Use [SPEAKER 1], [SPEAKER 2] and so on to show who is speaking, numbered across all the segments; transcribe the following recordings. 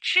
[SPEAKER 1] 痴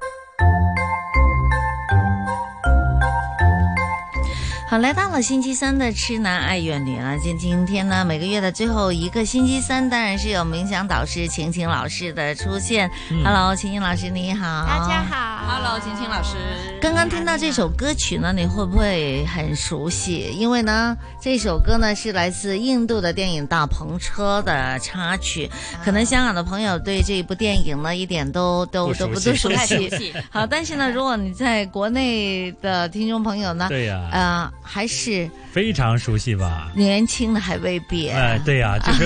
[SPEAKER 2] 好，来到了星期三的痴男爱怨女啊！今今天呢，每个月的最后一个星期三，当然是有冥想导师晴晴老师的出现。Hello，晴
[SPEAKER 3] 嗯
[SPEAKER 2] 晴老师你好，
[SPEAKER 4] 大家。好
[SPEAKER 1] Hello，晴晴老师。
[SPEAKER 2] 刚刚听到这首歌曲呢，你会不会很熟悉？因为呢，这首歌呢是来自印度的电影《大篷车》的插曲，可能香港的朋友对这部电影呢一点都都
[SPEAKER 3] 不
[SPEAKER 2] 都
[SPEAKER 3] 熟
[SPEAKER 2] 不
[SPEAKER 3] 悉
[SPEAKER 2] 都熟
[SPEAKER 3] 不太
[SPEAKER 2] 悉
[SPEAKER 3] 熟。
[SPEAKER 1] 悉
[SPEAKER 2] 好，但是呢，如果你在国内的听众朋友呢，
[SPEAKER 3] 对呀、
[SPEAKER 2] 呃，还是
[SPEAKER 3] 非常熟悉吧？
[SPEAKER 2] 年轻的还未必。
[SPEAKER 3] 哎，对呀、就是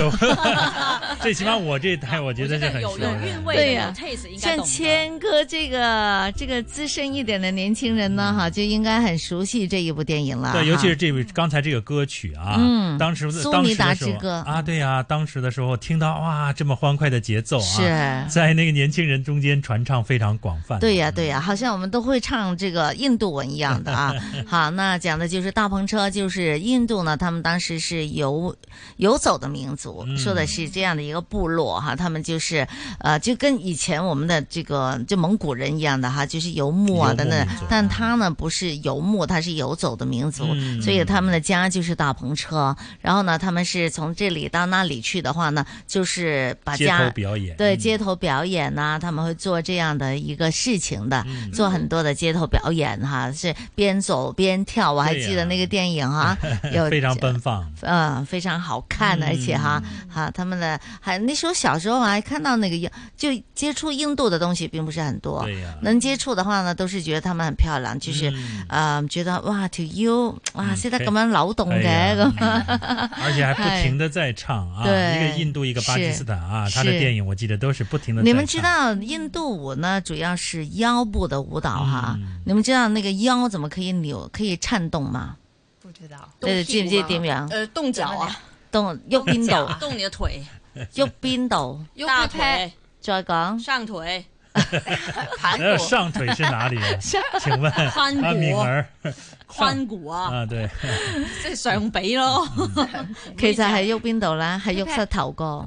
[SPEAKER 3] 最起码我这一代，我觉得是很啊熟
[SPEAKER 1] 有有韵
[SPEAKER 3] 的。
[SPEAKER 1] 味
[SPEAKER 2] 对
[SPEAKER 1] 的，有
[SPEAKER 2] 呀
[SPEAKER 1] taste 应该
[SPEAKER 2] 像
[SPEAKER 1] 懂的。
[SPEAKER 2] 谦哥这个这个资深一点的年轻人呢，哈，就应该很熟悉这一部电影了。
[SPEAKER 3] 对，尤其是
[SPEAKER 2] 啊哈
[SPEAKER 3] 这啊个刚才这个歌曲啊，
[SPEAKER 2] 嗯
[SPEAKER 3] 当时
[SPEAKER 2] 苏
[SPEAKER 3] 当
[SPEAKER 2] 米
[SPEAKER 3] 时
[SPEAKER 2] 达
[SPEAKER 3] 的时
[SPEAKER 2] 之
[SPEAKER 3] 候
[SPEAKER 2] 歌
[SPEAKER 3] 啊，对呀、当时的时候听到哇，这么欢快的节奏啊，
[SPEAKER 2] 是。
[SPEAKER 3] 在那个年轻人中间传唱非常广泛。
[SPEAKER 2] 对呀，对呀，好像我们都会唱这个印度文一样的 啊。好，那讲的就是大篷车，就是印度呢，他们当时是游游走的民族，
[SPEAKER 3] 嗯
[SPEAKER 2] 说的是这样的一个部落哈，他们就是呃，就跟以前我们的这个就蒙古人一样的哈，就是游牧啊
[SPEAKER 3] 游牧
[SPEAKER 2] 等等
[SPEAKER 3] 民族，
[SPEAKER 2] 但他呢不是游牧，他是游走的民族，
[SPEAKER 3] 嗯
[SPEAKER 2] 所以他们的家就是大篷车。然后呢，他们是从这里到那里去的话呢，就是把
[SPEAKER 3] 街头
[SPEAKER 2] 家
[SPEAKER 3] 表演，
[SPEAKER 2] 对
[SPEAKER 3] 嗯
[SPEAKER 2] 街头表演呐、他们会做这样的一个事情的，
[SPEAKER 3] 嗯
[SPEAKER 2] 做很多的街头表演哈、是边走边跳。我还
[SPEAKER 3] 对呀
[SPEAKER 2] 记得那个电 影哈、有
[SPEAKER 3] 非常嗯奔放。
[SPEAKER 2] 嗯，非常好看，而且哈哈，他们的还那时候小时候还看到那个印，就接触印度的东西并不是很多，
[SPEAKER 3] 对呀、
[SPEAKER 2] 能接触的话呢，都是觉得他们很漂亮，就是。
[SPEAKER 3] 嗯
[SPEAKER 2] 呃，觉得哇條腰哇
[SPEAKER 3] 嗯
[SPEAKER 2] 識得
[SPEAKER 3] 嘿
[SPEAKER 2] 咁樣扭動
[SPEAKER 3] 哎
[SPEAKER 2] 嘅
[SPEAKER 3] 呀
[SPEAKER 2] 咁，
[SPEAKER 3] 而且还不停的在唱啊，
[SPEAKER 2] 对
[SPEAKER 3] 一个印度，一个巴基斯坦啊，他的
[SPEAKER 2] 是
[SPEAKER 3] 电影我记得都是不停的。
[SPEAKER 2] 你们知道印度舞呢，主要是腰部的舞蹈哈。
[SPEAKER 3] 嗯
[SPEAKER 2] 你们知道那个腰怎么可以扭、可以颤动吗？
[SPEAKER 4] 不知道，
[SPEAKER 2] 对，记唔知點樣？
[SPEAKER 1] 呃，动脚啊，
[SPEAKER 2] 動喐邊度？
[SPEAKER 1] 动你啊的腿，
[SPEAKER 2] 喐邊度？
[SPEAKER 1] 大腿、
[SPEAKER 2] 再講
[SPEAKER 1] 上腿、
[SPEAKER 4] 盘
[SPEAKER 3] 呃，
[SPEAKER 4] 古
[SPEAKER 3] 上腿是哪里啊？请问
[SPEAKER 1] 髋
[SPEAKER 3] 啊，敏
[SPEAKER 1] 骨、
[SPEAKER 3] 儿
[SPEAKER 1] 髋骨啊，
[SPEAKER 3] 啊，对，
[SPEAKER 1] 即係上髀咯。
[SPEAKER 2] 其實係喐邊度啦，係喐膝頭哥。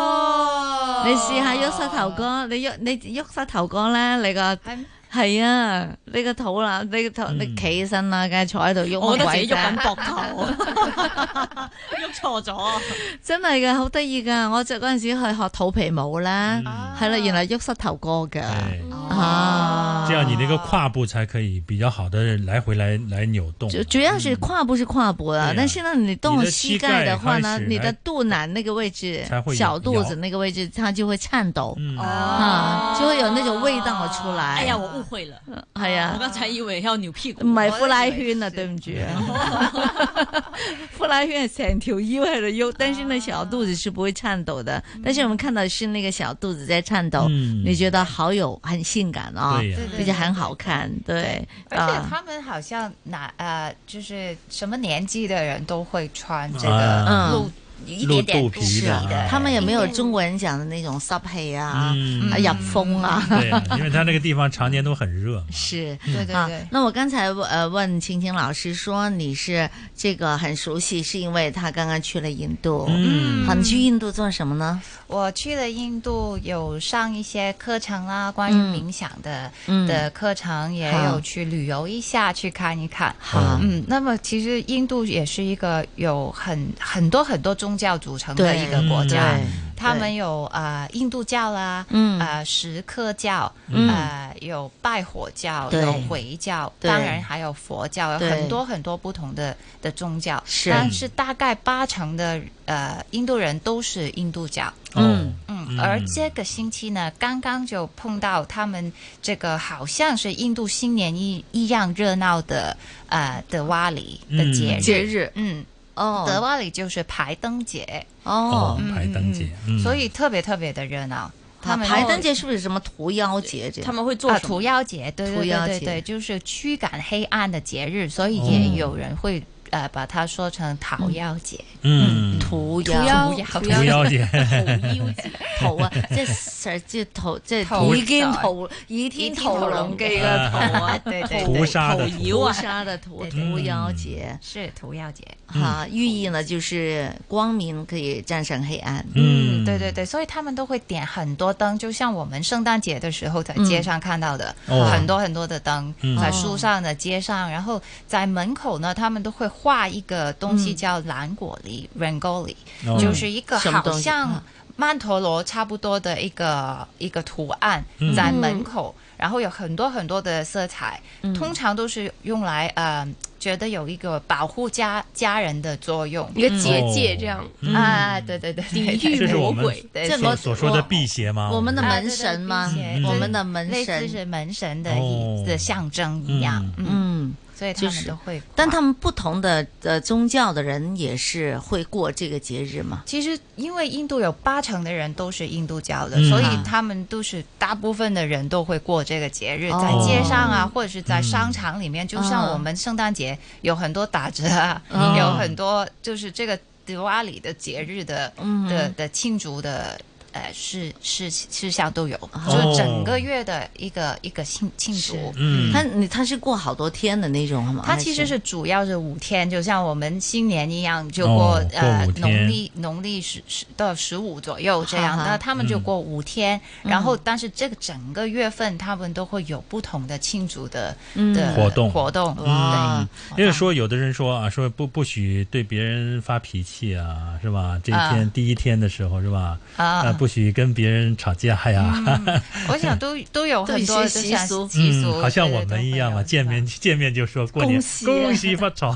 [SPEAKER 4] 哦
[SPEAKER 2] 你試下喐膝頭哥，你喐你喐膝頭哥咧，你個
[SPEAKER 4] 係咩
[SPEAKER 2] 係啊，你個肚啦，你個肚
[SPEAKER 3] 嗯
[SPEAKER 2] 你企起身啦，梗係坐喺度喐
[SPEAKER 1] 我覺得
[SPEAKER 2] 乜
[SPEAKER 1] 自
[SPEAKER 2] 鬼
[SPEAKER 1] 己喐緊
[SPEAKER 2] 啫？
[SPEAKER 1] 膊頭，喐錯咗。
[SPEAKER 2] 真係嘅，好得意㗎！我就嗰陣時去學肚皮舞啦，係啦，原來喐膝頭哥㗎。
[SPEAKER 3] 对，
[SPEAKER 2] 啊，
[SPEAKER 3] 嗯这样你那个胯部才可以比较好的来回来来扭动啊。
[SPEAKER 2] 主主要是胯部是胯部
[SPEAKER 3] 对
[SPEAKER 2] 啊
[SPEAKER 3] 呀，
[SPEAKER 2] 但是呢，你
[SPEAKER 3] 你
[SPEAKER 2] 动了
[SPEAKER 3] 嗯的膝
[SPEAKER 2] 膝
[SPEAKER 3] 盖
[SPEAKER 2] 盖的话
[SPEAKER 3] 开
[SPEAKER 2] 呢，
[SPEAKER 3] 始
[SPEAKER 2] 你
[SPEAKER 3] 来
[SPEAKER 2] 的肚腩那个位置
[SPEAKER 3] 才会，
[SPEAKER 2] 小肚
[SPEAKER 3] 摇
[SPEAKER 2] 子那个位置，它就会颤抖
[SPEAKER 3] 嗯，
[SPEAKER 1] 哦
[SPEAKER 2] 啊，就会有那种味道出来。
[SPEAKER 1] 哎呀，，我誤會了，
[SPEAKER 2] 系
[SPEAKER 1] 我
[SPEAKER 2] 啊，
[SPEAKER 1] 剛才以為要扭屁股
[SPEAKER 2] 唔。係
[SPEAKER 4] 我
[SPEAKER 2] 呼拉
[SPEAKER 4] 以為
[SPEAKER 2] 圈啊，
[SPEAKER 4] 是
[SPEAKER 2] 對唔住啊， 呼拉圈係成條腰喺度喐，但是呢小肚子是不会颤抖的，但是我们看到是那个小肚子在颤抖，
[SPEAKER 3] 嗯
[SPEAKER 2] 你觉得好有很性感啊
[SPEAKER 3] 对，呀
[SPEAKER 4] 对，对
[SPEAKER 2] 而且很好看，对，
[SPEAKER 4] 而且
[SPEAKER 2] 啊，
[SPEAKER 4] 他们好像哪呃，就是什么年纪的人都会穿这
[SPEAKER 3] 啊
[SPEAKER 4] 个露一点点
[SPEAKER 3] 露肚皮
[SPEAKER 4] 肚
[SPEAKER 3] 的啊
[SPEAKER 2] 他们有没有中国人讲的那种撒配啊？
[SPEAKER 3] 嗯
[SPEAKER 2] 啊，养蜂啊。
[SPEAKER 3] 对，因为他那个地方常年都很热嘛。
[SPEAKER 2] 是
[SPEAKER 4] 对对
[SPEAKER 2] 啊
[SPEAKER 4] 对，，
[SPEAKER 2] 那我刚才呃问青青老师说你是这个很熟悉，是因为他刚刚去了印度。
[SPEAKER 3] 嗯，
[SPEAKER 2] 好，你去印度做什么呢？
[SPEAKER 4] 我去了印度，有上一些课程啦，关于
[SPEAKER 2] 嗯
[SPEAKER 4] 冥想的
[SPEAKER 2] 嗯，
[SPEAKER 4] 的课程，也
[SPEAKER 2] 好
[SPEAKER 4] 有去旅游一下，去看一看。
[SPEAKER 2] 好，
[SPEAKER 4] 嗯，那么其实印度也是一个有很很多很多宗教组成的
[SPEAKER 2] 对嗯
[SPEAKER 4] 一个国家，
[SPEAKER 3] 嗯
[SPEAKER 2] 对
[SPEAKER 4] 他们有呃印度教啦，
[SPEAKER 2] 嗯
[SPEAKER 4] 呃什克教，
[SPEAKER 2] 嗯
[SPEAKER 4] 呃有拜火教，
[SPEAKER 2] 对
[SPEAKER 4] 有回教，
[SPEAKER 2] 对
[SPEAKER 4] 当然还有佛教，有
[SPEAKER 2] 对
[SPEAKER 4] 很多很多不同的的宗教，
[SPEAKER 2] 是
[SPEAKER 4] 但是大概八成的呃印度人都是印度教。
[SPEAKER 3] 哦
[SPEAKER 2] 嗯，
[SPEAKER 4] 嗯
[SPEAKER 3] 嗯，
[SPEAKER 4] 而这个星期呢，刚刚就碰到他们这个好像是印度新年一一样热闹的呃德瓦里的节
[SPEAKER 3] 嗯
[SPEAKER 4] 日，
[SPEAKER 2] 节日
[SPEAKER 4] 嗯，德
[SPEAKER 2] 哦
[SPEAKER 4] 瓦里就是排灯节，
[SPEAKER 3] 哦
[SPEAKER 2] 哦，，
[SPEAKER 3] 排灯节，嗯
[SPEAKER 4] 所以特别特别的热闹。他
[SPEAKER 2] 他
[SPEAKER 4] 们
[SPEAKER 2] 啊
[SPEAKER 4] 哦
[SPEAKER 2] 排灯节是不是什么屠妖节这
[SPEAKER 1] 他
[SPEAKER 2] 样？
[SPEAKER 1] 们會做
[SPEAKER 4] 啊，
[SPEAKER 1] 什麼
[SPEAKER 4] 屠妖节，对
[SPEAKER 2] 屠
[SPEAKER 4] 对
[SPEAKER 2] 妖
[SPEAKER 4] 对
[SPEAKER 2] 节
[SPEAKER 4] 对对，就是驱赶黑暗的节日，所以
[SPEAKER 3] 哦
[SPEAKER 4] 也有人会、呃把它说成讨妖节。
[SPEAKER 3] 嗯，
[SPEAKER 2] 屠
[SPEAKER 4] 屠
[SPEAKER 2] 妖
[SPEAKER 4] 妖
[SPEAKER 3] 屠妖节，
[SPEAKER 2] 屠啊，即係成即係屠即係
[SPEAKER 4] 屠
[SPEAKER 2] 倚天
[SPEAKER 4] 宰
[SPEAKER 2] 屠倚天屠龍記嘅屠啊，
[SPEAKER 1] 哦
[SPEAKER 4] 对对
[SPEAKER 3] 屠
[SPEAKER 4] 对，
[SPEAKER 3] 杀的
[SPEAKER 1] 屠
[SPEAKER 3] 屠，
[SPEAKER 1] 妖
[SPEAKER 2] 屠
[SPEAKER 1] 啊
[SPEAKER 2] 杀的屠
[SPEAKER 4] 对对
[SPEAKER 2] 屠妖节
[SPEAKER 4] 是屠妖节。
[SPEAKER 2] 哈，寓意呢就是光明可以战胜黑暗。
[SPEAKER 4] 嗯，对对对，所以他们都会点很多灯，就像我们圣诞节的时候在街上看到的、
[SPEAKER 3] 嗯哦
[SPEAKER 4] 很多很多的灯，
[SPEAKER 3] 嗯
[SPEAKER 4] 在树上的、街上，然后在门口呢，他们都会画一个东西
[SPEAKER 2] 嗯
[SPEAKER 4] 叫蓝果梨 （Rangoli），、
[SPEAKER 3] 哦
[SPEAKER 4] 就是一个
[SPEAKER 2] 什么东
[SPEAKER 4] 好
[SPEAKER 2] 西
[SPEAKER 4] 像
[SPEAKER 2] 啊
[SPEAKER 4] 曼陀罗差不多的一个一个图案
[SPEAKER 3] 嗯
[SPEAKER 4] 在门口，然后有很多很多的色彩，
[SPEAKER 2] 嗯
[SPEAKER 4] 通常都是用来呃，觉得有一个保护家家人的作用。
[SPEAKER 5] 一个结界这样，
[SPEAKER 3] 哦嗯
[SPEAKER 4] 啊，对对对对，对
[SPEAKER 3] 这
[SPEAKER 5] 御
[SPEAKER 3] 是
[SPEAKER 5] 魔
[SPEAKER 3] 我们
[SPEAKER 5] 鬼。
[SPEAKER 4] 对
[SPEAKER 2] 这
[SPEAKER 3] 所
[SPEAKER 2] 我
[SPEAKER 3] 所说的辟邪吗？
[SPEAKER 2] 我们的
[SPEAKER 4] 啊
[SPEAKER 2] 门
[SPEAKER 4] 对对
[SPEAKER 2] 神
[SPEAKER 4] 辟
[SPEAKER 2] 吗
[SPEAKER 4] 邪？
[SPEAKER 2] 我
[SPEAKER 3] 对
[SPEAKER 2] 们的门
[SPEAKER 4] 类似
[SPEAKER 2] 神，
[SPEAKER 4] 是门神的一
[SPEAKER 3] 哦
[SPEAKER 4] 的象征一样，嗯，
[SPEAKER 2] 嗯，
[SPEAKER 4] 所以他
[SPEAKER 2] 就
[SPEAKER 4] 们
[SPEAKER 2] 是
[SPEAKER 4] 都会挂。
[SPEAKER 2] 但他们不同的呃宗教的人也是会过这个节日嘛？
[SPEAKER 4] 其实因为印度有八成的人都是印度教的，
[SPEAKER 3] 嗯
[SPEAKER 4] 所以他们都是大部分的人都会过这个节日，
[SPEAKER 2] 哦
[SPEAKER 4] 在街上啊，或者是在商场里面，就像
[SPEAKER 2] 嗯
[SPEAKER 4] 我们圣诞节有很多打折啊，
[SPEAKER 2] 嗯
[SPEAKER 4] 有很多就是这个迪瓦里的节日的、
[SPEAKER 2] 嗯
[SPEAKER 4] 的的庆祝的。呃，事事事项都有，就是整个月的一个一个庆庆祝
[SPEAKER 2] 哦是。
[SPEAKER 3] 嗯，
[SPEAKER 2] 他你他是过好多天的那种
[SPEAKER 3] 啊
[SPEAKER 2] 吗？
[SPEAKER 4] 它其实是主要是五天，就像我们新年一样，就
[SPEAKER 3] 哦
[SPEAKER 4] 过、
[SPEAKER 3] 过
[SPEAKER 4] 呃
[SPEAKER 3] 五天
[SPEAKER 4] 农历农历十十到十五左右这样
[SPEAKER 2] 哈哈
[SPEAKER 4] 那他们就
[SPEAKER 3] 嗯
[SPEAKER 4] 过五天，然后但是这个整个月份他们都会有不同的庆祝的、的
[SPEAKER 3] 嗯活动嗯
[SPEAKER 4] 活动，
[SPEAKER 2] 哇，
[SPEAKER 3] 啊因为说有的人说啊，说不不许对别人发脾气啊，是吧？这一天、第一天的时候是吧？
[SPEAKER 4] 对啊。
[SPEAKER 3] 啊，不许跟别人吵架呀。嗯
[SPEAKER 4] 我想都都有
[SPEAKER 2] 都
[SPEAKER 4] 很多
[SPEAKER 2] 有
[SPEAKER 4] 的
[SPEAKER 2] 一些习
[SPEAKER 4] 像
[SPEAKER 2] 俗
[SPEAKER 4] 习俗，
[SPEAKER 3] 嗯好像
[SPEAKER 4] 对
[SPEAKER 3] 我们一样嘛，见。面见面就说过年
[SPEAKER 2] 恭喜
[SPEAKER 3] 恭喜發財，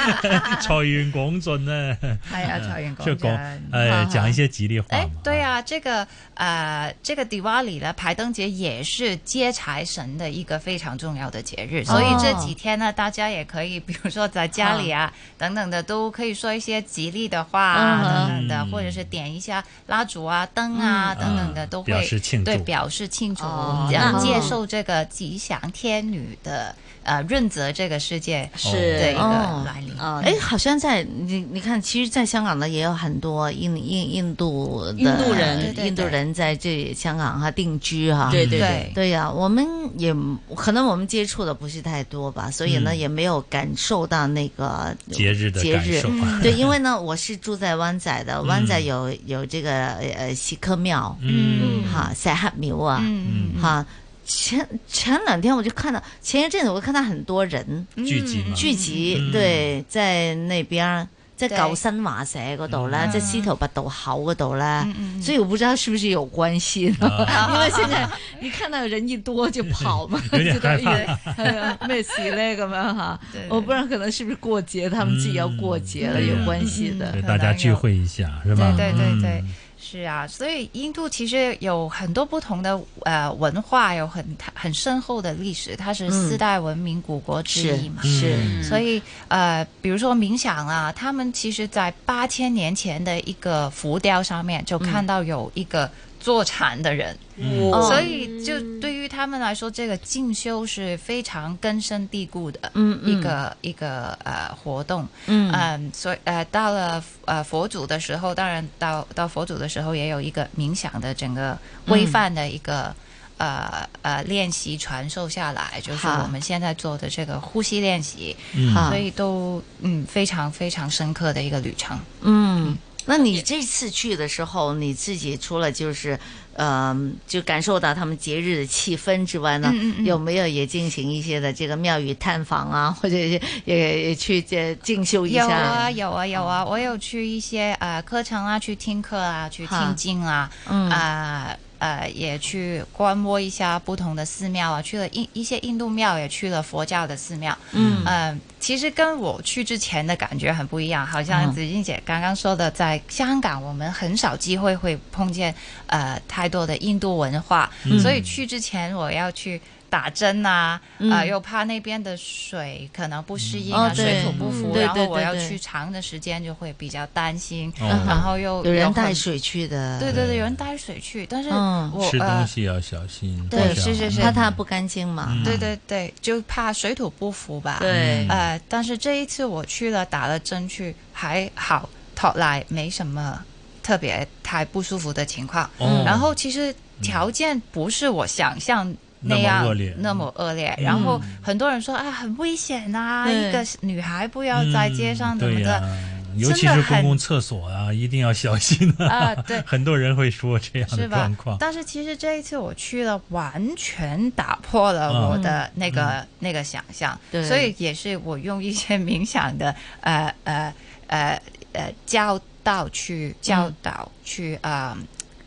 [SPEAKER 3] 財源廣進呢，
[SPEAKER 4] 系啊，财源
[SPEAKER 3] 就
[SPEAKER 4] 广
[SPEAKER 3] 講
[SPEAKER 4] 进。
[SPEAKER 3] 呃
[SPEAKER 2] 哈
[SPEAKER 3] 講一些吉利話
[SPEAKER 4] 哎
[SPEAKER 3] 嘛。，
[SPEAKER 4] 对啊，这个呃，这个 Diwali 呢，排灯节也是接财神的一个非常重要的节日，所以这几天呢，大家也可以，比如说在家里啊等等的，都可以说一些吉利的话啊、
[SPEAKER 2] 嗯
[SPEAKER 4] 等等的，
[SPEAKER 3] 嗯
[SPEAKER 4] 或者是点一下蜡烛啊、灯啊、等等的，都会
[SPEAKER 3] 表示庆祝
[SPEAKER 4] 对表示庆祝
[SPEAKER 2] 哦，
[SPEAKER 4] 然后
[SPEAKER 2] 那
[SPEAKER 4] 接受这个吉祥天女的呃润泽这个世界
[SPEAKER 2] 是
[SPEAKER 4] 的一个
[SPEAKER 2] 哦
[SPEAKER 4] 来临。
[SPEAKER 2] 啊，哎，好像在你你看，其实，在香港呢，也有很多印印印度的呃
[SPEAKER 1] 印度人
[SPEAKER 4] 对对对
[SPEAKER 2] 印度人在这香港哈定居
[SPEAKER 3] 啊
[SPEAKER 2] 哈。
[SPEAKER 1] 对对
[SPEAKER 4] 对
[SPEAKER 2] 对呀、我们也可能我们接触的不是太多吧，所以呢，
[SPEAKER 3] 嗯
[SPEAKER 2] 也没有感受到那个
[SPEAKER 3] 节日的
[SPEAKER 2] 节
[SPEAKER 3] 感
[SPEAKER 2] 日
[SPEAKER 3] 受，
[SPEAKER 2] 对，因为呢，我是住在湾仔的，湾仔有有这个呃呃锡克庙，
[SPEAKER 3] 嗯，
[SPEAKER 2] 哈塞黑庙啊，
[SPEAKER 4] 嗯嗯
[SPEAKER 2] 哈前前两天我就看到，前一阵子我看到很多人
[SPEAKER 4] 嗯，
[SPEAKER 3] 聚集嘛
[SPEAKER 2] 聚集，
[SPEAKER 3] 嗯
[SPEAKER 2] 对，在那边儿在
[SPEAKER 4] 对
[SPEAKER 2] 舊新華社嗰度咧，
[SPEAKER 4] 嗯
[SPEAKER 2] 在司徒拔道口嗰度咧，
[SPEAKER 4] 嗯嗯嗯
[SPEAKER 2] 所以我不知道是不是有关系呢？
[SPEAKER 4] 嗯
[SPEAKER 3] 啊
[SPEAKER 2] 因为现在一看到人一多就 跑嘛，
[SPEAKER 3] 有点
[SPEAKER 2] 就
[SPEAKER 3] 害
[SPEAKER 2] 等
[SPEAKER 3] 怕
[SPEAKER 2] 于咩事咧咁樣吓
[SPEAKER 4] 对对，
[SPEAKER 2] 我不知道可能是不是过节，他们自己要过节了
[SPEAKER 3] 嗯
[SPEAKER 2] 有关系的
[SPEAKER 3] 对，
[SPEAKER 4] 嗯
[SPEAKER 3] 大家聚会一下是吧？
[SPEAKER 4] 对对对对
[SPEAKER 3] 嗯，
[SPEAKER 4] 是啊，所以印度其实有很多不同的呃文化，有很很深厚的历史，它是四大文明古国之
[SPEAKER 2] 是
[SPEAKER 4] 一嘛。
[SPEAKER 2] 是
[SPEAKER 3] 嗯
[SPEAKER 4] 所以，呃，比如说冥想啊，他们其实在八千年前的一个浮雕上面就看到有一个坐禅的人，
[SPEAKER 3] 嗯
[SPEAKER 2] 哦
[SPEAKER 4] 所以就对于他们来说，这个进修是非常根深蒂固的
[SPEAKER 2] 嗯嗯
[SPEAKER 4] 一个、一个呃活动。
[SPEAKER 2] 嗯
[SPEAKER 4] 嗯，所以呃，到了呃佛祖的时候，当然到到佛祖的时候，也有一个冥想的整个规范的一个、呃呃练习传授下来，就是
[SPEAKER 2] 好
[SPEAKER 4] 我们现在做的这个呼吸练习，
[SPEAKER 3] 嗯
[SPEAKER 2] 好
[SPEAKER 4] 所以都嗯非常非常深刻的一个旅程。
[SPEAKER 2] 嗯，那你这次去的时候，你自己除了就是，嗯、就感受到他们节日的气氛之外呢，
[SPEAKER 4] 嗯嗯嗯
[SPEAKER 2] 有没有也进行一些的这个庙宇探访啊， 或者是也也去这进修一
[SPEAKER 4] 有
[SPEAKER 2] 下？
[SPEAKER 4] 啊有啊有啊，我有去一些呃课程啊，去听课啊，去
[SPEAKER 2] 哈
[SPEAKER 4] 听经啊，
[SPEAKER 2] 嗯
[SPEAKER 4] 啊呃，也去观摩一下不同的寺庙啊，去了印一些印度庙，也去了佛教的寺庙。
[SPEAKER 2] 嗯
[SPEAKER 3] 哦
[SPEAKER 4] 呃，其实跟我去之前的感觉很不一样，好像
[SPEAKER 2] 嗯
[SPEAKER 4] 子欣姐刚刚说的，在香港我们很少机会会碰见呃太多的印度文化，
[SPEAKER 3] 嗯
[SPEAKER 4] 所以去之前我要去。打针啊，
[SPEAKER 2] 嗯
[SPEAKER 4] 啊、又怕那边的水可能不适应
[SPEAKER 2] 嗯
[SPEAKER 4] 啊，
[SPEAKER 2] 哦
[SPEAKER 4] 水
[SPEAKER 2] 对
[SPEAKER 4] 土不
[SPEAKER 2] 嗯
[SPEAKER 4] 服，
[SPEAKER 2] 对
[SPEAKER 4] 然后
[SPEAKER 2] 对
[SPEAKER 4] 我
[SPEAKER 2] 对
[SPEAKER 4] 要
[SPEAKER 2] 对嗯
[SPEAKER 4] 去长的时间就会比较担心，
[SPEAKER 3] 哦
[SPEAKER 4] 然后又
[SPEAKER 2] 有人
[SPEAKER 4] 很
[SPEAKER 2] 带水去的，
[SPEAKER 4] 对对对，有人带水去，但是
[SPEAKER 2] 嗯
[SPEAKER 4] 我、
[SPEAKER 3] 吃东
[SPEAKER 4] 呃，
[SPEAKER 3] 西要小嗯心，
[SPEAKER 4] 对
[SPEAKER 3] 好像
[SPEAKER 4] 是是是
[SPEAKER 2] 怕他不干净嘛。
[SPEAKER 3] 嗯
[SPEAKER 4] 呃对对对，就怕水土不服吧。
[SPEAKER 2] 对
[SPEAKER 3] 嗯
[SPEAKER 4] 呃，但是这一次我去了打了针去，还好，托赖没什么特别太不舒服的情况。
[SPEAKER 3] 哦
[SPEAKER 4] 然后其实条件不是我想象。
[SPEAKER 3] 那么
[SPEAKER 4] 样
[SPEAKER 3] 恶劣嗯
[SPEAKER 4] 那么恶劣，然后很多人说啊，很危险啊，
[SPEAKER 2] 对
[SPEAKER 4] 一个女孩不要在街上
[SPEAKER 3] 嗯
[SPEAKER 4] 怎么
[SPEAKER 3] 对
[SPEAKER 4] 的
[SPEAKER 3] 呀，，尤其
[SPEAKER 4] 真
[SPEAKER 3] 是
[SPEAKER 4] 的
[SPEAKER 3] 公
[SPEAKER 4] 很
[SPEAKER 3] 共厕所啊，一定要小心
[SPEAKER 4] 啊对
[SPEAKER 3] 很多人会说这样的
[SPEAKER 4] 是吧
[SPEAKER 3] 状况？。
[SPEAKER 4] 但是其实这一次我去了，完全打破
[SPEAKER 3] 嗯
[SPEAKER 4] 了我的那个、那个想象，
[SPEAKER 2] 对
[SPEAKER 4] 所以也是我用一些冥想的呃呃呃呃教导去教导去呃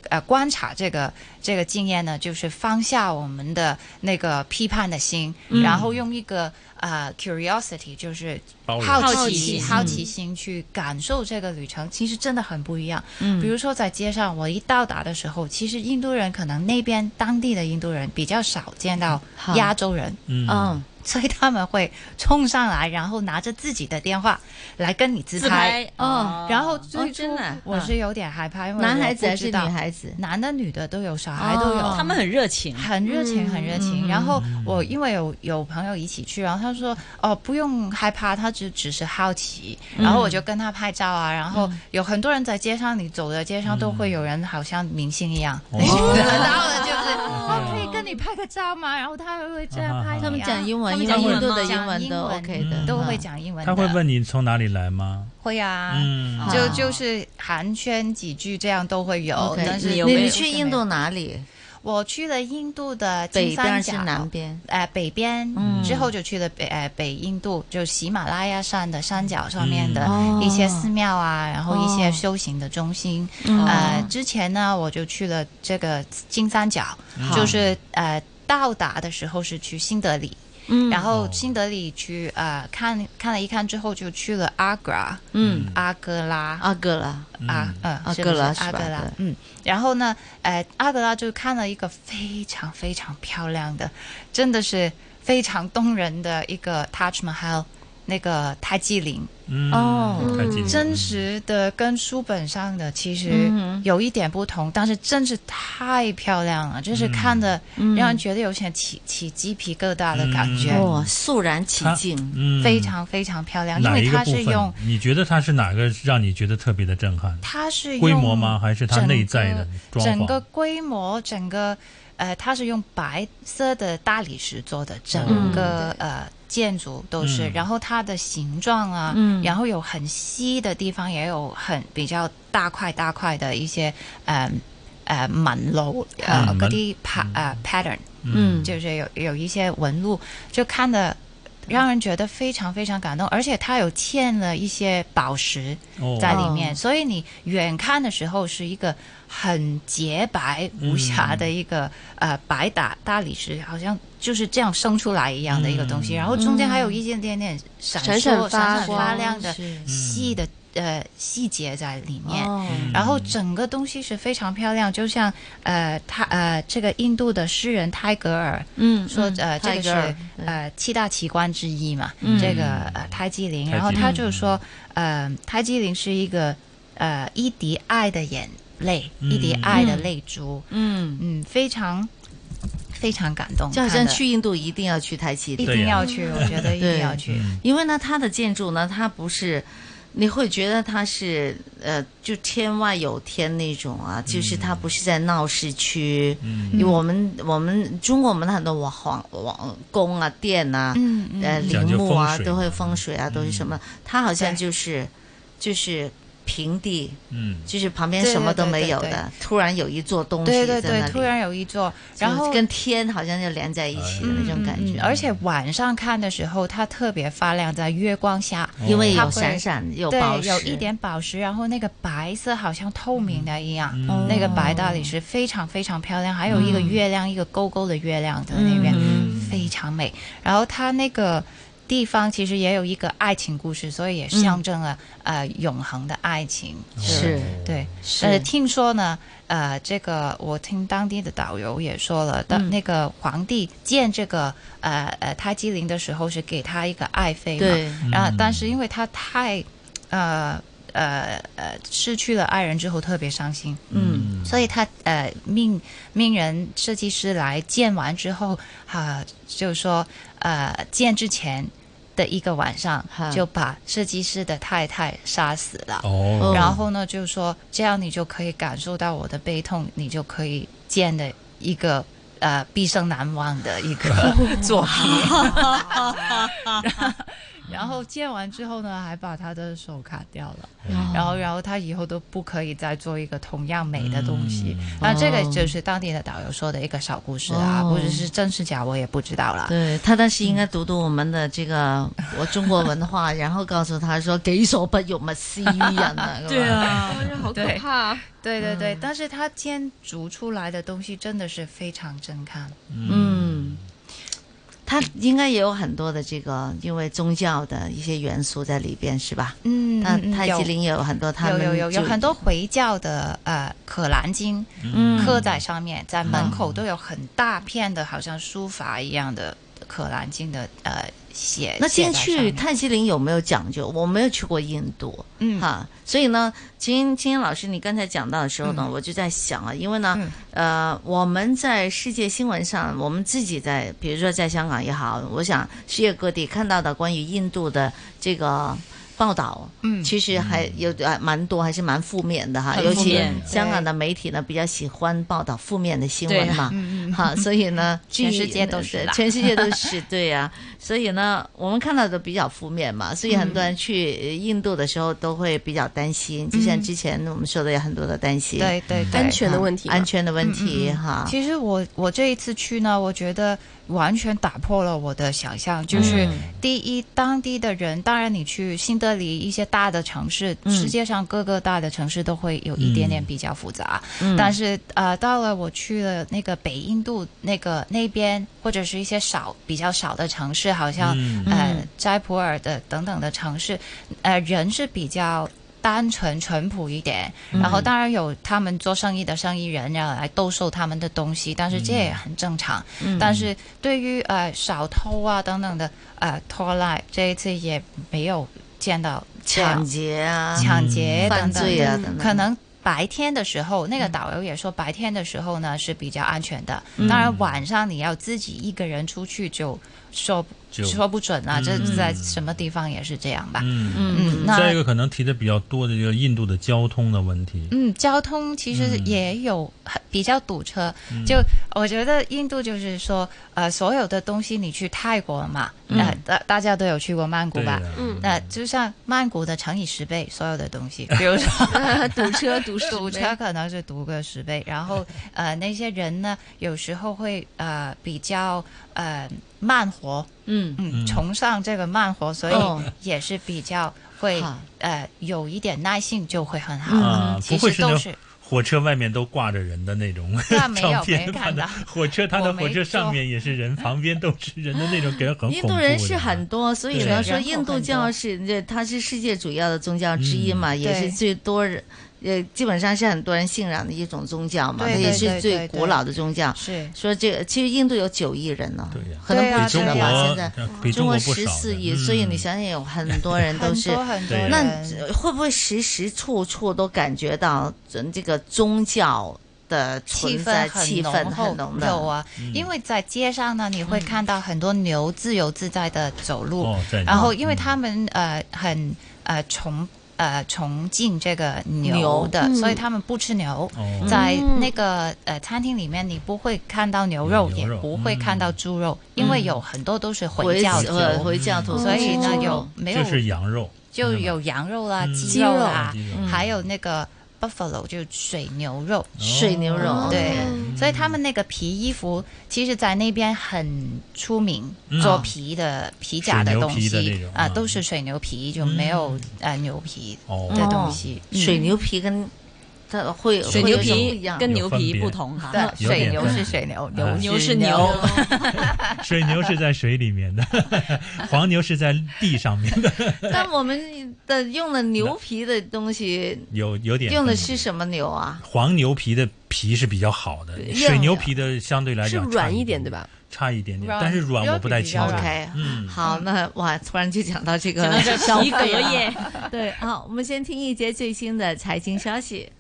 [SPEAKER 4] 呃观察这个这个经验呢，就是放下我们的那个批判的心，然后用一个呃 curiosity 就是
[SPEAKER 3] 包容
[SPEAKER 4] 好
[SPEAKER 1] 好奇
[SPEAKER 4] 奇好奇心去感受这个旅程，其实真的很不一样。
[SPEAKER 2] 嗯
[SPEAKER 4] 比如说在街上，我一到达的时候，其实印度人可能那边当地的印度人比较少见到
[SPEAKER 2] 好
[SPEAKER 4] 亚洲人，
[SPEAKER 3] 嗯，
[SPEAKER 2] 嗯，
[SPEAKER 4] 所以他们会冲上来，然后拿着自己的电话来跟你自
[SPEAKER 1] 自拍
[SPEAKER 2] 哦
[SPEAKER 4] 然后
[SPEAKER 2] 哦
[SPEAKER 4] 最初
[SPEAKER 2] 真的啊
[SPEAKER 4] 我是有点害怕，因
[SPEAKER 2] 嗯
[SPEAKER 4] 为
[SPEAKER 2] 男孩子
[SPEAKER 4] 我
[SPEAKER 2] 还
[SPEAKER 4] 不
[SPEAKER 2] 是
[SPEAKER 4] 知
[SPEAKER 2] 女
[SPEAKER 4] 道
[SPEAKER 2] 孩子？
[SPEAKER 4] 男的、女的都有，小孩都有。
[SPEAKER 2] 哦
[SPEAKER 1] 他们很热情，
[SPEAKER 4] 很热情，很热情。
[SPEAKER 2] 嗯
[SPEAKER 4] 然后我因为有有朋友一起去，然后他说哦不用害怕，他只只是好奇。然后我就跟他拍照啊，然后
[SPEAKER 2] 嗯
[SPEAKER 4] 有很多人在街上，你走在街上都会有人好像明星一样，
[SPEAKER 3] 哦
[SPEAKER 4] 你得到 了就是哦可以跟你拍个照吗？然后他会这样拍你啊，
[SPEAKER 2] 他们讲英文，
[SPEAKER 1] 他
[SPEAKER 2] 因
[SPEAKER 1] 们讲
[SPEAKER 2] 为印
[SPEAKER 1] 英文
[SPEAKER 2] 度
[SPEAKER 1] 吗
[SPEAKER 2] 的英文
[SPEAKER 4] 讲
[SPEAKER 2] 都
[SPEAKER 4] 英文
[SPEAKER 2] OK 的，
[SPEAKER 4] 都会
[SPEAKER 2] 嗯。
[SPEAKER 4] 讲英文的，
[SPEAKER 3] 他会问你从哪里来吗？
[SPEAKER 4] 会啊。
[SPEAKER 3] 嗯，
[SPEAKER 4] 就
[SPEAKER 2] 啊
[SPEAKER 4] 就是寒暄几句，这样都会有。
[SPEAKER 2] OK，
[SPEAKER 4] 但是
[SPEAKER 2] 你
[SPEAKER 1] 有没有
[SPEAKER 2] 你去印度哪里？
[SPEAKER 4] 我去了印度的
[SPEAKER 2] 北
[SPEAKER 4] 金三
[SPEAKER 2] 边是
[SPEAKER 4] 角，
[SPEAKER 2] 南边？
[SPEAKER 4] 呃北边，
[SPEAKER 2] 嗯
[SPEAKER 4] 之后就去了北呃北印度，就喜马拉雅山的山脚上面的
[SPEAKER 2] 嗯
[SPEAKER 4] 一些寺庙啊，然后一
[SPEAKER 2] 哦
[SPEAKER 4] 些修行的中心。
[SPEAKER 2] 嗯
[SPEAKER 4] 呃，之前呢我就去了这个金三角，
[SPEAKER 3] 嗯
[SPEAKER 4] 就是呃到达的时候是去新德里，
[SPEAKER 2] 嗯
[SPEAKER 4] 然后
[SPEAKER 3] 哦
[SPEAKER 4] 新德里去呃看看了一看之后就去了阿格拉，
[SPEAKER 2] 嗯，
[SPEAKER 4] 阿格拉。
[SPEAKER 2] 阿哥啦，
[SPEAKER 4] 啊，嗯，
[SPEAKER 2] 阿
[SPEAKER 4] 是
[SPEAKER 2] 格
[SPEAKER 4] 不是
[SPEAKER 2] 拉是
[SPEAKER 4] 阿
[SPEAKER 2] 吧
[SPEAKER 4] 格拉
[SPEAKER 2] 对，
[SPEAKER 4] 嗯，然后呢，呃，阿格拉就看了一个非常非常漂亮的，真的是非常动人的一个 Taj Mahal。那个泰姬陵，
[SPEAKER 3] 嗯
[SPEAKER 2] 哦
[SPEAKER 3] 太紧了
[SPEAKER 4] 真实的跟书本上的其实
[SPEAKER 2] 嗯哼
[SPEAKER 4] 有一点不同，但是真是太漂亮了，
[SPEAKER 3] 嗯
[SPEAKER 4] 就是看的
[SPEAKER 2] 嗯
[SPEAKER 4] 让人觉得有些起起鸡皮疙瘩的感觉，
[SPEAKER 3] 嗯
[SPEAKER 2] 哇，肃然起
[SPEAKER 3] 他
[SPEAKER 2] 敬。
[SPEAKER 3] 嗯
[SPEAKER 4] 非常非常漂亮，因
[SPEAKER 3] 哪一
[SPEAKER 4] 为
[SPEAKER 3] 个
[SPEAKER 4] 它
[SPEAKER 3] 部
[SPEAKER 4] 是
[SPEAKER 3] 分
[SPEAKER 4] 用？
[SPEAKER 3] 你觉得它是哪个让你觉得特别的震撼？
[SPEAKER 4] 它是用
[SPEAKER 3] 规模吗？还是它内在的装
[SPEAKER 4] 整个
[SPEAKER 3] 潢？
[SPEAKER 4] 规模，整个呃，它是用白色的大理石做的，
[SPEAKER 2] 嗯
[SPEAKER 4] 整个、呃建筑都是，
[SPEAKER 3] 嗯
[SPEAKER 4] 然后它的形状啊，
[SPEAKER 2] 嗯
[SPEAKER 4] 然后有很细的地方，也有很比较大块大块的一些呃呃纹路，呃
[SPEAKER 3] 嗯
[SPEAKER 4] 嗰啲 pa 呃 pattern，
[SPEAKER 2] 嗯，
[SPEAKER 4] 就是有有一些纹路，就看的。让人觉得非常非常感动，而且它有嵌了一些宝石，
[SPEAKER 3] 哦
[SPEAKER 4] 在里面，
[SPEAKER 2] 哦
[SPEAKER 4] 所以你远看的时候是一个很洁白无瑕的一个、呃白打大理石，好像就是这样生出来一样的一个东西，
[SPEAKER 3] 嗯
[SPEAKER 4] 然后中间还有一点点点闪烁、
[SPEAKER 2] 闪闪
[SPEAKER 4] 闪
[SPEAKER 2] 发光
[SPEAKER 4] 发亮
[SPEAKER 3] 嗯
[SPEAKER 4] 的
[SPEAKER 2] 是
[SPEAKER 4] 细的、呃细节在里面。
[SPEAKER 2] 哦，
[SPEAKER 3] 嗯
[SPEAKER 4] 然后整个东西是非常漂亮，就像呃，他呃，这个印度的诗人泰戈尔，
[SPEAKER 2] 嗯，
[SPEAKER 4] 说
[SPEAKER 2] 嗯
[SPEAKER 4] 呃这个是
[SPEAKER 2] Tiger，对
[SPEAKER 4] 呃七大奇观之一嘛，
[SPEAKER 2] 嗯
[SPEAKER 4] 这个呃泰姬陵，
[SPEAKER 3] 太
[SPEAKER 4] 然后
[SPEAKER 3] 极
[SPEAKER 4] 他
[SPEAKER 3] 陵
[SPEAKER 4] 就说呃泰姬陵是一个呃一滴爱的眼泪，
[SPEAKER 3] 嗯
[SPEAKER 4] 一滴爱的泪珠，
[SPEAKER 2] 嗯，
[SPEAKER 4] 嗯，非常非常感动，
[SPEAKER 2] 就好
[SPEAKER 4] 看
[SPEAKER 2] 像
[SPEAKER 4] 得
[SPEAKER 2] 去印度一定要去台奇
[SPEAKER 4] 一
[SPEAKER 2] 地，
[SPEAKER 3] 对
[SPEAKER 4] 定
[SPEAKER 3] 呀
[SPEAKER 4] 要去，我觉得一定要去，
[SPEAKER 2] 因为呢，它的建筑呢，它不是。你会觉得它是呃，就天外有天那种
[SPEAKER 4] 嗯
[SPEAKER 2] 啊，就是它不是在闹市区。
[SPEAKER 3] 嗯
[SPEAKER 2] 因为我们我们中国我们的很多王皇王宫啊、殿啊、
[SPEAKER 4] 嗯嗯
[SPEAKER 2] 呃
[SPEAKER 3] 讲
[SPEAKER 2] 陵
[SPEAKER 3] 究
[SPEAKER 2] 墓啊，
[SPEAKER 3] 风水
[SPEAKER 2] 都会
[SPEAKER 3] 嘛
[SPEAKER 2] 风水啊，都是什么？它好像
[SPEAKER 4] 对
[SPEAKER 2] 就是就是平地，
[SPEAKER 3] 嗯，
[SPEAKER 2] 就是旁边
[SPEAKER 4] 对
[SPEAKER 2] 什么
[SPEAKER 4] 对
[SPEAKER 2] 都
[SPEAKER 4] 对
[SPEAKER 2] 没
[SPEAKER 4] 对
[SPEAKER 2] 有
[SPEAKER 4] 对
[SPEAKER 2] 的，突然有一座东西
[SPEAKER 4] 对
[SPEAKER 2] 在
[SPEAKER 4] 对对
[SPEAKER 2] 那，里，
[SPEAKER 4] 突然有一座，
[SPEAKER 2] 就
[SPEAKER 4] 然后
[SPEAKER 2] 跟天好像就连在一起的那种感
[SPEAKER 4] 嗯
[SPEAKER 2] 觉。
[SPEAKER 4] 而且晚上看的时候，它特别发亮，在月光下，
[SPEAKER 2] 因为
[SPEAKER 4] 它
[SPEAKER 2] 有
[SPEAKER 4] 会
[SPEAKER 2] 闪闪，有
[SPEAKER 4] 对
[SPEAKER 2] 宝，石，
[SPEAKER 4] 有一点宝石，然后那个白色好像透明的一样，
[SPEAKER 3] 嗯
[SPEAKER 4] 那个白大理石非常非常漂亮，还有一
[SPEAKER 2] 嗯
[SPEAKER 4] 个月亮，一个勾勾的月亮在那边，非常美。然后它那个地方其实也有一个爱情故事，所以也象征了、呃永恒的爱情。
[SPEAKER 3] 嗯
[SPEAKER 2] 嗯是
[SPEAKER 3] 哦
[SPEAKER 4] 对，
[SPEAKER 2] 是
[SPEAKER 4] 但是听说呢，呃，这个我听当地的导游也说了，当、
[SPEAKER 2] 嗯
[SPEAKER 4] 那个皇帝建这个呃呃泰姬陵的时候是给他一个爱妃嘛，
[SPEAKER 2] 对
[SPEAKER 4] 然后，但是因为他太，呃呃呃，失去了爱人之后特别伤心，
[SPEAKER 2] 嗯
[SPEAKER 4] 所以他呃命命人设计师来建完之后，啊、就说呃建之前。的一个晚上
[SPEAKER 2] 哈，
[SPEAKER 4] 就把设计师的太太杀死了。
[SPEAKER 2] 嗯
[SPEAKER 3] 哦，
[SPEAKER 4] 然后呢，就说这样你就可以感受到我的悲痛，你就可以见的一个呃毕生难忘的一个作品。 然后见完之后呢，还把他的手砍掉了。
[SPEAKER 2] 哦
[SPEAKER 4] 然后，然后他以后都不可以再做一个同样美的东西。
[SPEAKER 2] 嗯
[SPEAKER 4] 那、这个就是当地的导游说的一个小故事啊，
[SPEAKER 2] 哦
[SPEAKER 4] 或者是真是假我也不知道啦。
[SPEAKER 2] 对他，但是应该读读我们的这个 我中国文 化，然后告诉他说“己所不欲，勿施于人” 啊。
[SPEAKER 1] 对啊，
[SPEAKER 3] 呃
[SPEAKER 5] 哇，这好可
[SPEAKER 4] 对
[SPEAKER 5] 怕啊！
[SPEAKER 4] 对对对，但是他煎煮出来的东西真的是非常震撼。
[SPEAKER 2] 嗯，它应该也有很多的这个，因为宗教的一些元素在里边，是吧？
[SPEAKER 4] 嗯
[SPEAKER 2] 那
[SPEAKER 4] 嗯嗯
[SPEAKER 2] 泰姬
[SPEAKER 4] 有
[SPEAKER 2] 陵也有很多，他
[SPEAKER 4] 有
[SPEAKER 2] 们
[SPEAKER 4] 有有有
[SPEAKER 2] 就
[SPEAKER 4] 很多回教的呃可兰经
[SPEAKER 2] 嗯
[SPEAKER 4] 刻在上面，在门口都有很大片的，好像书法一样的可兰经的呃写。
[SPEAKER 2] 那进
[SPEAKER 4] 写在上
[SPEAKER 2] 去
[SPEAKER 4] 面
[SPEAKER 2] 泰姬陵有没有讲究？我没有去过印度，
[SPEAKER 4] 嗯
[SPEAKER 2] 哈，所以呢，秦秦岩老师，你刚才讲到的时候呢，
[SPEAKER 4] 嗯
[SPEAKER 2] 我就在想啊，因为呢，
[SPEAKER 4] 嗯
[SPEAKER 2] 呃，我们在世界新闻上，我们自己在，比如说在香港也好，我想世界各地看到的关于印度的这个报道，
[SPEAKER 4] 嗯
[SPEAKER 2] 其实还有呃蛮多，还是蛮负面的哈，
[SPEAKER 1] 很
[SPEAKER 2] 尤
[SPEAKER 1] 负
[SPEAKER 2] 其
[SPEAKER 1] 面
[SPEAKER 2] 香港的媒体呢比较喜欢报道负面的新闻
[SPEAKER 1] 对
[SPEAKER 2] 嘛，
[SPEAKER 4] 嗯嗯
[SPEAKER 2] 哈，所以呢，
[SPEAKER 4] 全
[SPEAKER 2] 据
[SPEAKER 4] 世界都是啦
[SPEAKER 2] 全世界都是对呀、所以呢，我们看到的比较负面嘛，所以很多人去呃印度的时候都会比较担心，就像之前我们说的有很多的担心，
[SPEAKER 4] 对对对，
[SPEAKER 5] 安全的问题嘛，
[SPEAKER 2] 安全的问题
[SPEAKER 4] 嗯嗯嗯
[SPEAKER 2] 哈，
[SPEAKER 4] 其实我我这一次去呢，我觉得完全打破了我的想象。
[SPEAKER 3] 嗯
[SPEAKER 4] 就是
[SPEAKER 2] 嗯
[SPEAKER 4] 第一，当地的人，当然你去新德里一些大的城市，
[SPEAKER 2] 嗯
[SPEAKER 4] 世界上各个大的城市都会有一点点比较复杂。
[SPEAKER 2] 嗯
[SPEAKER 4] 但是呃，到了我去了那个北印度那个那边，或者是一些少比较少的城市，好像、
[SPEAKER 3] 嗯
[SPEAKER 4] 呃
[SPEAKER 2] 嗯
[SPEAKER 4] 斋普尔的等等的城市，呃，人是比较。单纯淳朴一点，
[SPEAKER 2] 嗯
[SPEAKER 4] 然后当然有他们做生意的生意人，然后来兜售他们的东西，但是这也很正常。
[SPEAKER 2] 嗯
[SPEAKER 4] 但是对于呃小偷啊等等的呃拖拉，这一次也没有见到这样
[SPEAKER 2] 抢劫啊，
[SPEAKER 4] 抢劫
[SPEAKER 2] 犯
[SPEAKER 4] 等等
[SPEAKER 2] 罪
[SPEAKER 4] 的
[SPEAKER 2] 啊
[SPEAKER 5] 嗯
[SPEAKER 2] 等等，
[SPEAKER 4] 可能白天的时候，那个导游也说白天的时候呢是比较安全的。
[SPEAKER 2] 嗯
[SPEAKER 4] 当然晚上你要自己一个人出去就说
[SPEAKER 3] 就
[SPEAKER 4] 说不准了，这
[SPEAKER 3] 嗯
[SPEAKER 4] 在什么地方也是这样吧。
[SPEAKER 3] 嗯，
[SPEAKER 2] 嗯
[SPEAKER 4] 嗯，
[SPEAKER 3] 再
[SPEAKER 4] 那
[SPEAKER 3] 一个可能提的比较多的就是印度的交通的问题，
[SPEAKER 4] 嗯，交通其实
[SPEAKER 3] 嗯
[SPEAKER 4] 也有很比较堵车，
[SPEAKER 3] 嗯
[SPEAKER 4] 就我觉得印度就是说，呃，所有的东西你去泰国嘛，呃，大大家都有去过曼
[SPEAKER 3] 嗯
[SPEAKER 4] 谷
[SPEAKER 3] 对
[SPEAKER 4] 吧
[SPEAKER 3] 呀？，
[SPEAKER 5] 嗯
[SPEAKER 4] 那就像曼谷的乘以十倍，所有的东 西，比如说
[SPEAKER 5] 堵车堵死
[SPEAKER 4] 堵车可能是堵个十倍，然后呃那些人呢，有时候会呃比较呃慢活，
[SPEAKER 2] 嗯
[SPEAKER 4] 嗯，
[SPEAKER 3] 嗯
[SPEAKER 4] 崇尚这个慢活，所
[SPEAKER 2] 哦
[SPEAKER 4] 以也是比较会
[SPEAKER 2] 好
[SPEAKER 4] 呃有一点耐性就会很好。
[SPEAKER 3] 啊，
[SPEAKER 4] 其
[SPEAKER 3] 不会
[SPEAKER 4] 实
[SPEAKER 3] 是
[SPEAKER 4] 都
[SPEAKER 3] 那
[SPEAKER 4] 是
[SPEAKER 3] 种火车外面都挂着人的那种
[SPEAKER 4] 那没有
[SPEAKER 3] 照片
[SPEAKER 4] 没
[SPEAKER 3] 吧，
[SPEAKER 4] 看到
[SPEAKER 3] 火车它
[SPEAKER 4] 我
[SPEAKER 3] 的
[SPEAKER 4] 没
[SPEAKER 3] 火车上
[SPEAKER 4] 坐
[SPEAKER 3] 面也是人，旁边都是人的那种，给人很恐怖
[SPEAKER 2] 印
[SPEAKER 3] 的。
[SPEAKER 2] 度人是很多，所以
[SPEAKER 3] 嗯对
[SPEAKER 2] 呢，
[SPEAKER 4] 人
[SPEAKER 2] 说
[SPEAKER 4] 口
[SPEAKER 2] 印度
[SPEAKER 4] 很
[SPEAKER 2] 教
[SPEAKER 4] 多
[SPEAKER 2] 是这它是世界主要的宗教之一嘛，也是
[SPEAKER 4] 对
[SPEAKER 2] 最多人，呃，基本上是很多人信仰的一种宗教嘛，它
[SPEAKER 4] 对
[SPEAKER 2] 也
[SPEAKER 4] 对
[SPEAKER 2] 是
[SPEAKER 4] 对
[SPEAKER 2] 最
[SPEAKER 4] 对
[SPEAKER 2] 古
[SPEAKER 4] 对
[SPEAKER 2] 老的宗教。
[SPEAKER 4] 是
[SPEAKER 2] 说这个，其实印度有九亿人呢
[SPEAKER 3] 对呀，
[SPEAKER 2] 可能
[SPEAKER 4] 对啊
[SPEAKER 2] 不
[SPEAKER 3] 比
[SPEAKER 2] 止
[SPEAKER 3] 中
[SPEAKER 2] 了
[SPEAKER 4] 对
[SPEAKER 2] 吧？现
[SPEAKER 3] 国
[SPEAKER 2] 在
[SPEAKER 3] 比中
[SPEAKER 2] 中国
[SPEAKER 3] 国不
[SPEAKER 2] 十
[SPEAKER 3] 少的嗯
[SPEAKER 2] 四亿，所以你想想，有很多人都
[SPEAKER 4] 很
[SPEAKER 2] 是
[SPEAKER 4] 多很多
[SPEAKER 3] 对
[SPEAKER 4] 人，
[SPEAKER 2] 那呃会不会时时处处都感觉到嗯这个宗教的
[SPEAKER 4] 气
[SPEAKER 2] 存在
[SPEAKER 4] 氛很
[SPEAKER 2] 气氛
[SPEAKER 4] 浓厚
[SPEAKER 2] 很浓
[SPEAKER 4] 有
[SPEAKER 2] 的？嗯
[SPEAKER 4] 啊，
[SPEAKER 3] 嗯
[SPEAKER 4] 因为在街上呢，你会看到很多牛自由自在的走路，
[SPEAKER 3] 哦，在
[SPEAKER 4] 然后因为他们呃很呃崇呃崇敬这个牛的，
[SPEAKER 2] 嗯
[SPEAKER 5] 牛
[SPEAKER 4] 所以他们不吃牛。
[SPEAKER 3] 哦
[SPEAKER 4] 在那个呃餐厅里面，你不会看到牛肉，
[SPEAKER 3] 嗯
[SPEAKER 4] 也
[SPEAKER 3] 牛肉嗯
[SPEAKER 4] 不会看到猪肉，因为有很多都是
[SPEAKER 2] 回
[SPEAKER 4] 回教徒，嗯
[SPEAKER 2] 呃回教徒，
[SPEAKER 4] 所以呢
[SPEAKER 2] 哦
[SPEAKER 4] 有没
[SPEAKER 3] 嗯
[SPEAKER 4] 有
[SPEAKER 3] 就是羊肉，哦
[SPEAKER 4] 就是
[SPEAKER 3] 吧
[SPEAKER 4] 有羊肉啦、
[SPEAKER 3] 嗯
[SPEAKER 4] 鸡肉啊啦
[SPEAKER 3] 鸡肉，
[SPEAKER 2] 嗯
[SPEAKER 4] 还有那个 buffalo 就是水牛肉，
[SPEAKER 2] 水牛肉
[SPEAKER 3] 哦
[SPEAKER 4] 对
[SPEAKER 5] 嗯
[SPEAKER 4] 所以他们那个皮衣服，其实，在那边很出名，
[SPEAKER 3] 嗯
[SPEAKER 4] 做皮的皮甲的东
[SPEAKER 3] 水牛皮的那
[SPEAKER 4] 西
[SPEAKER 3] 种
[SPEAKER 4] 啊、
[SPEAKER 3] 啊嗯
[SPEAKER 4] 都是水牛皮，就没有、呃牛皮
[SPEAKER 3] 哦
[SPEAKER 4] 的东西。嗯
[SPEAKER 2] 水牛皮跟它会
[SPEAKER 1] 嗯水牛
[SPEAKER 2] 会有什么不一
[SPEAKER 1] 皮
[SPEAKER 2] 样，
[SPEAKER 1] 跟
[SPEAKER 3] 有
[SPEAKER 1] 牛
[SPEAKER 3] 分
[SPEAKER 1] 皮
[SPEAKER 3] 别
[SPEAKER 1] 不同哈，
[SPEAKER 4] 对，
[SPEAKER 3] 有点
[SPEAKER 4] 水牛是水牛，牛
[SPEAKER 3] 啊
[SPEAKER 1] 牛是
[SPEAKER 4] 牛
[SPEAKER 1] 牛，
[SPEAKER 3] 水牛是在水里面的， 黄牛是在地上面的，
[SPEAKER 2] 但我们的用了牛皮的东西，
[SPEAKER 3] 有有点
[SPEAKER 2] 用的
[SPEAKER 3] 分
[SPEAKER 2] 是
[SPEAKER 3] 别
[SPEAKER 2] 什么牛啊？
[SPEAKER 3] 黄牛皮的皮是比较好的，水牛皮的相对来
[SPEAKER 5] 是
[SPEAKER 3] 讲
[SPEAKER 5] 软
[SPEAKER 3] 一
[SPEAKER 5] 一点对？吧？
[SPEAKER 3] 差一点点，
[SPEAKER 4] 软
[SPEAKER 3] 但是软我不太清
[SPEAKER 4] 当
[SPEAKER 3] 楚。
[SPEAKER 4] 然
[SPEAKER 2] OK，
[SPEAKER 3] 嗯，
[SPEAKER 2] 好，那哇，突然就讲到这个
[SPEAKER 1] 讲到这
[SPEAKER 2] 消
[SPEAKER 1] 皮革
[SPEAKER 2] 费了。啊
[SPEAKER 1] 业。
[SPEAKER 2] 对，好，我们先听一节最新的财经消息。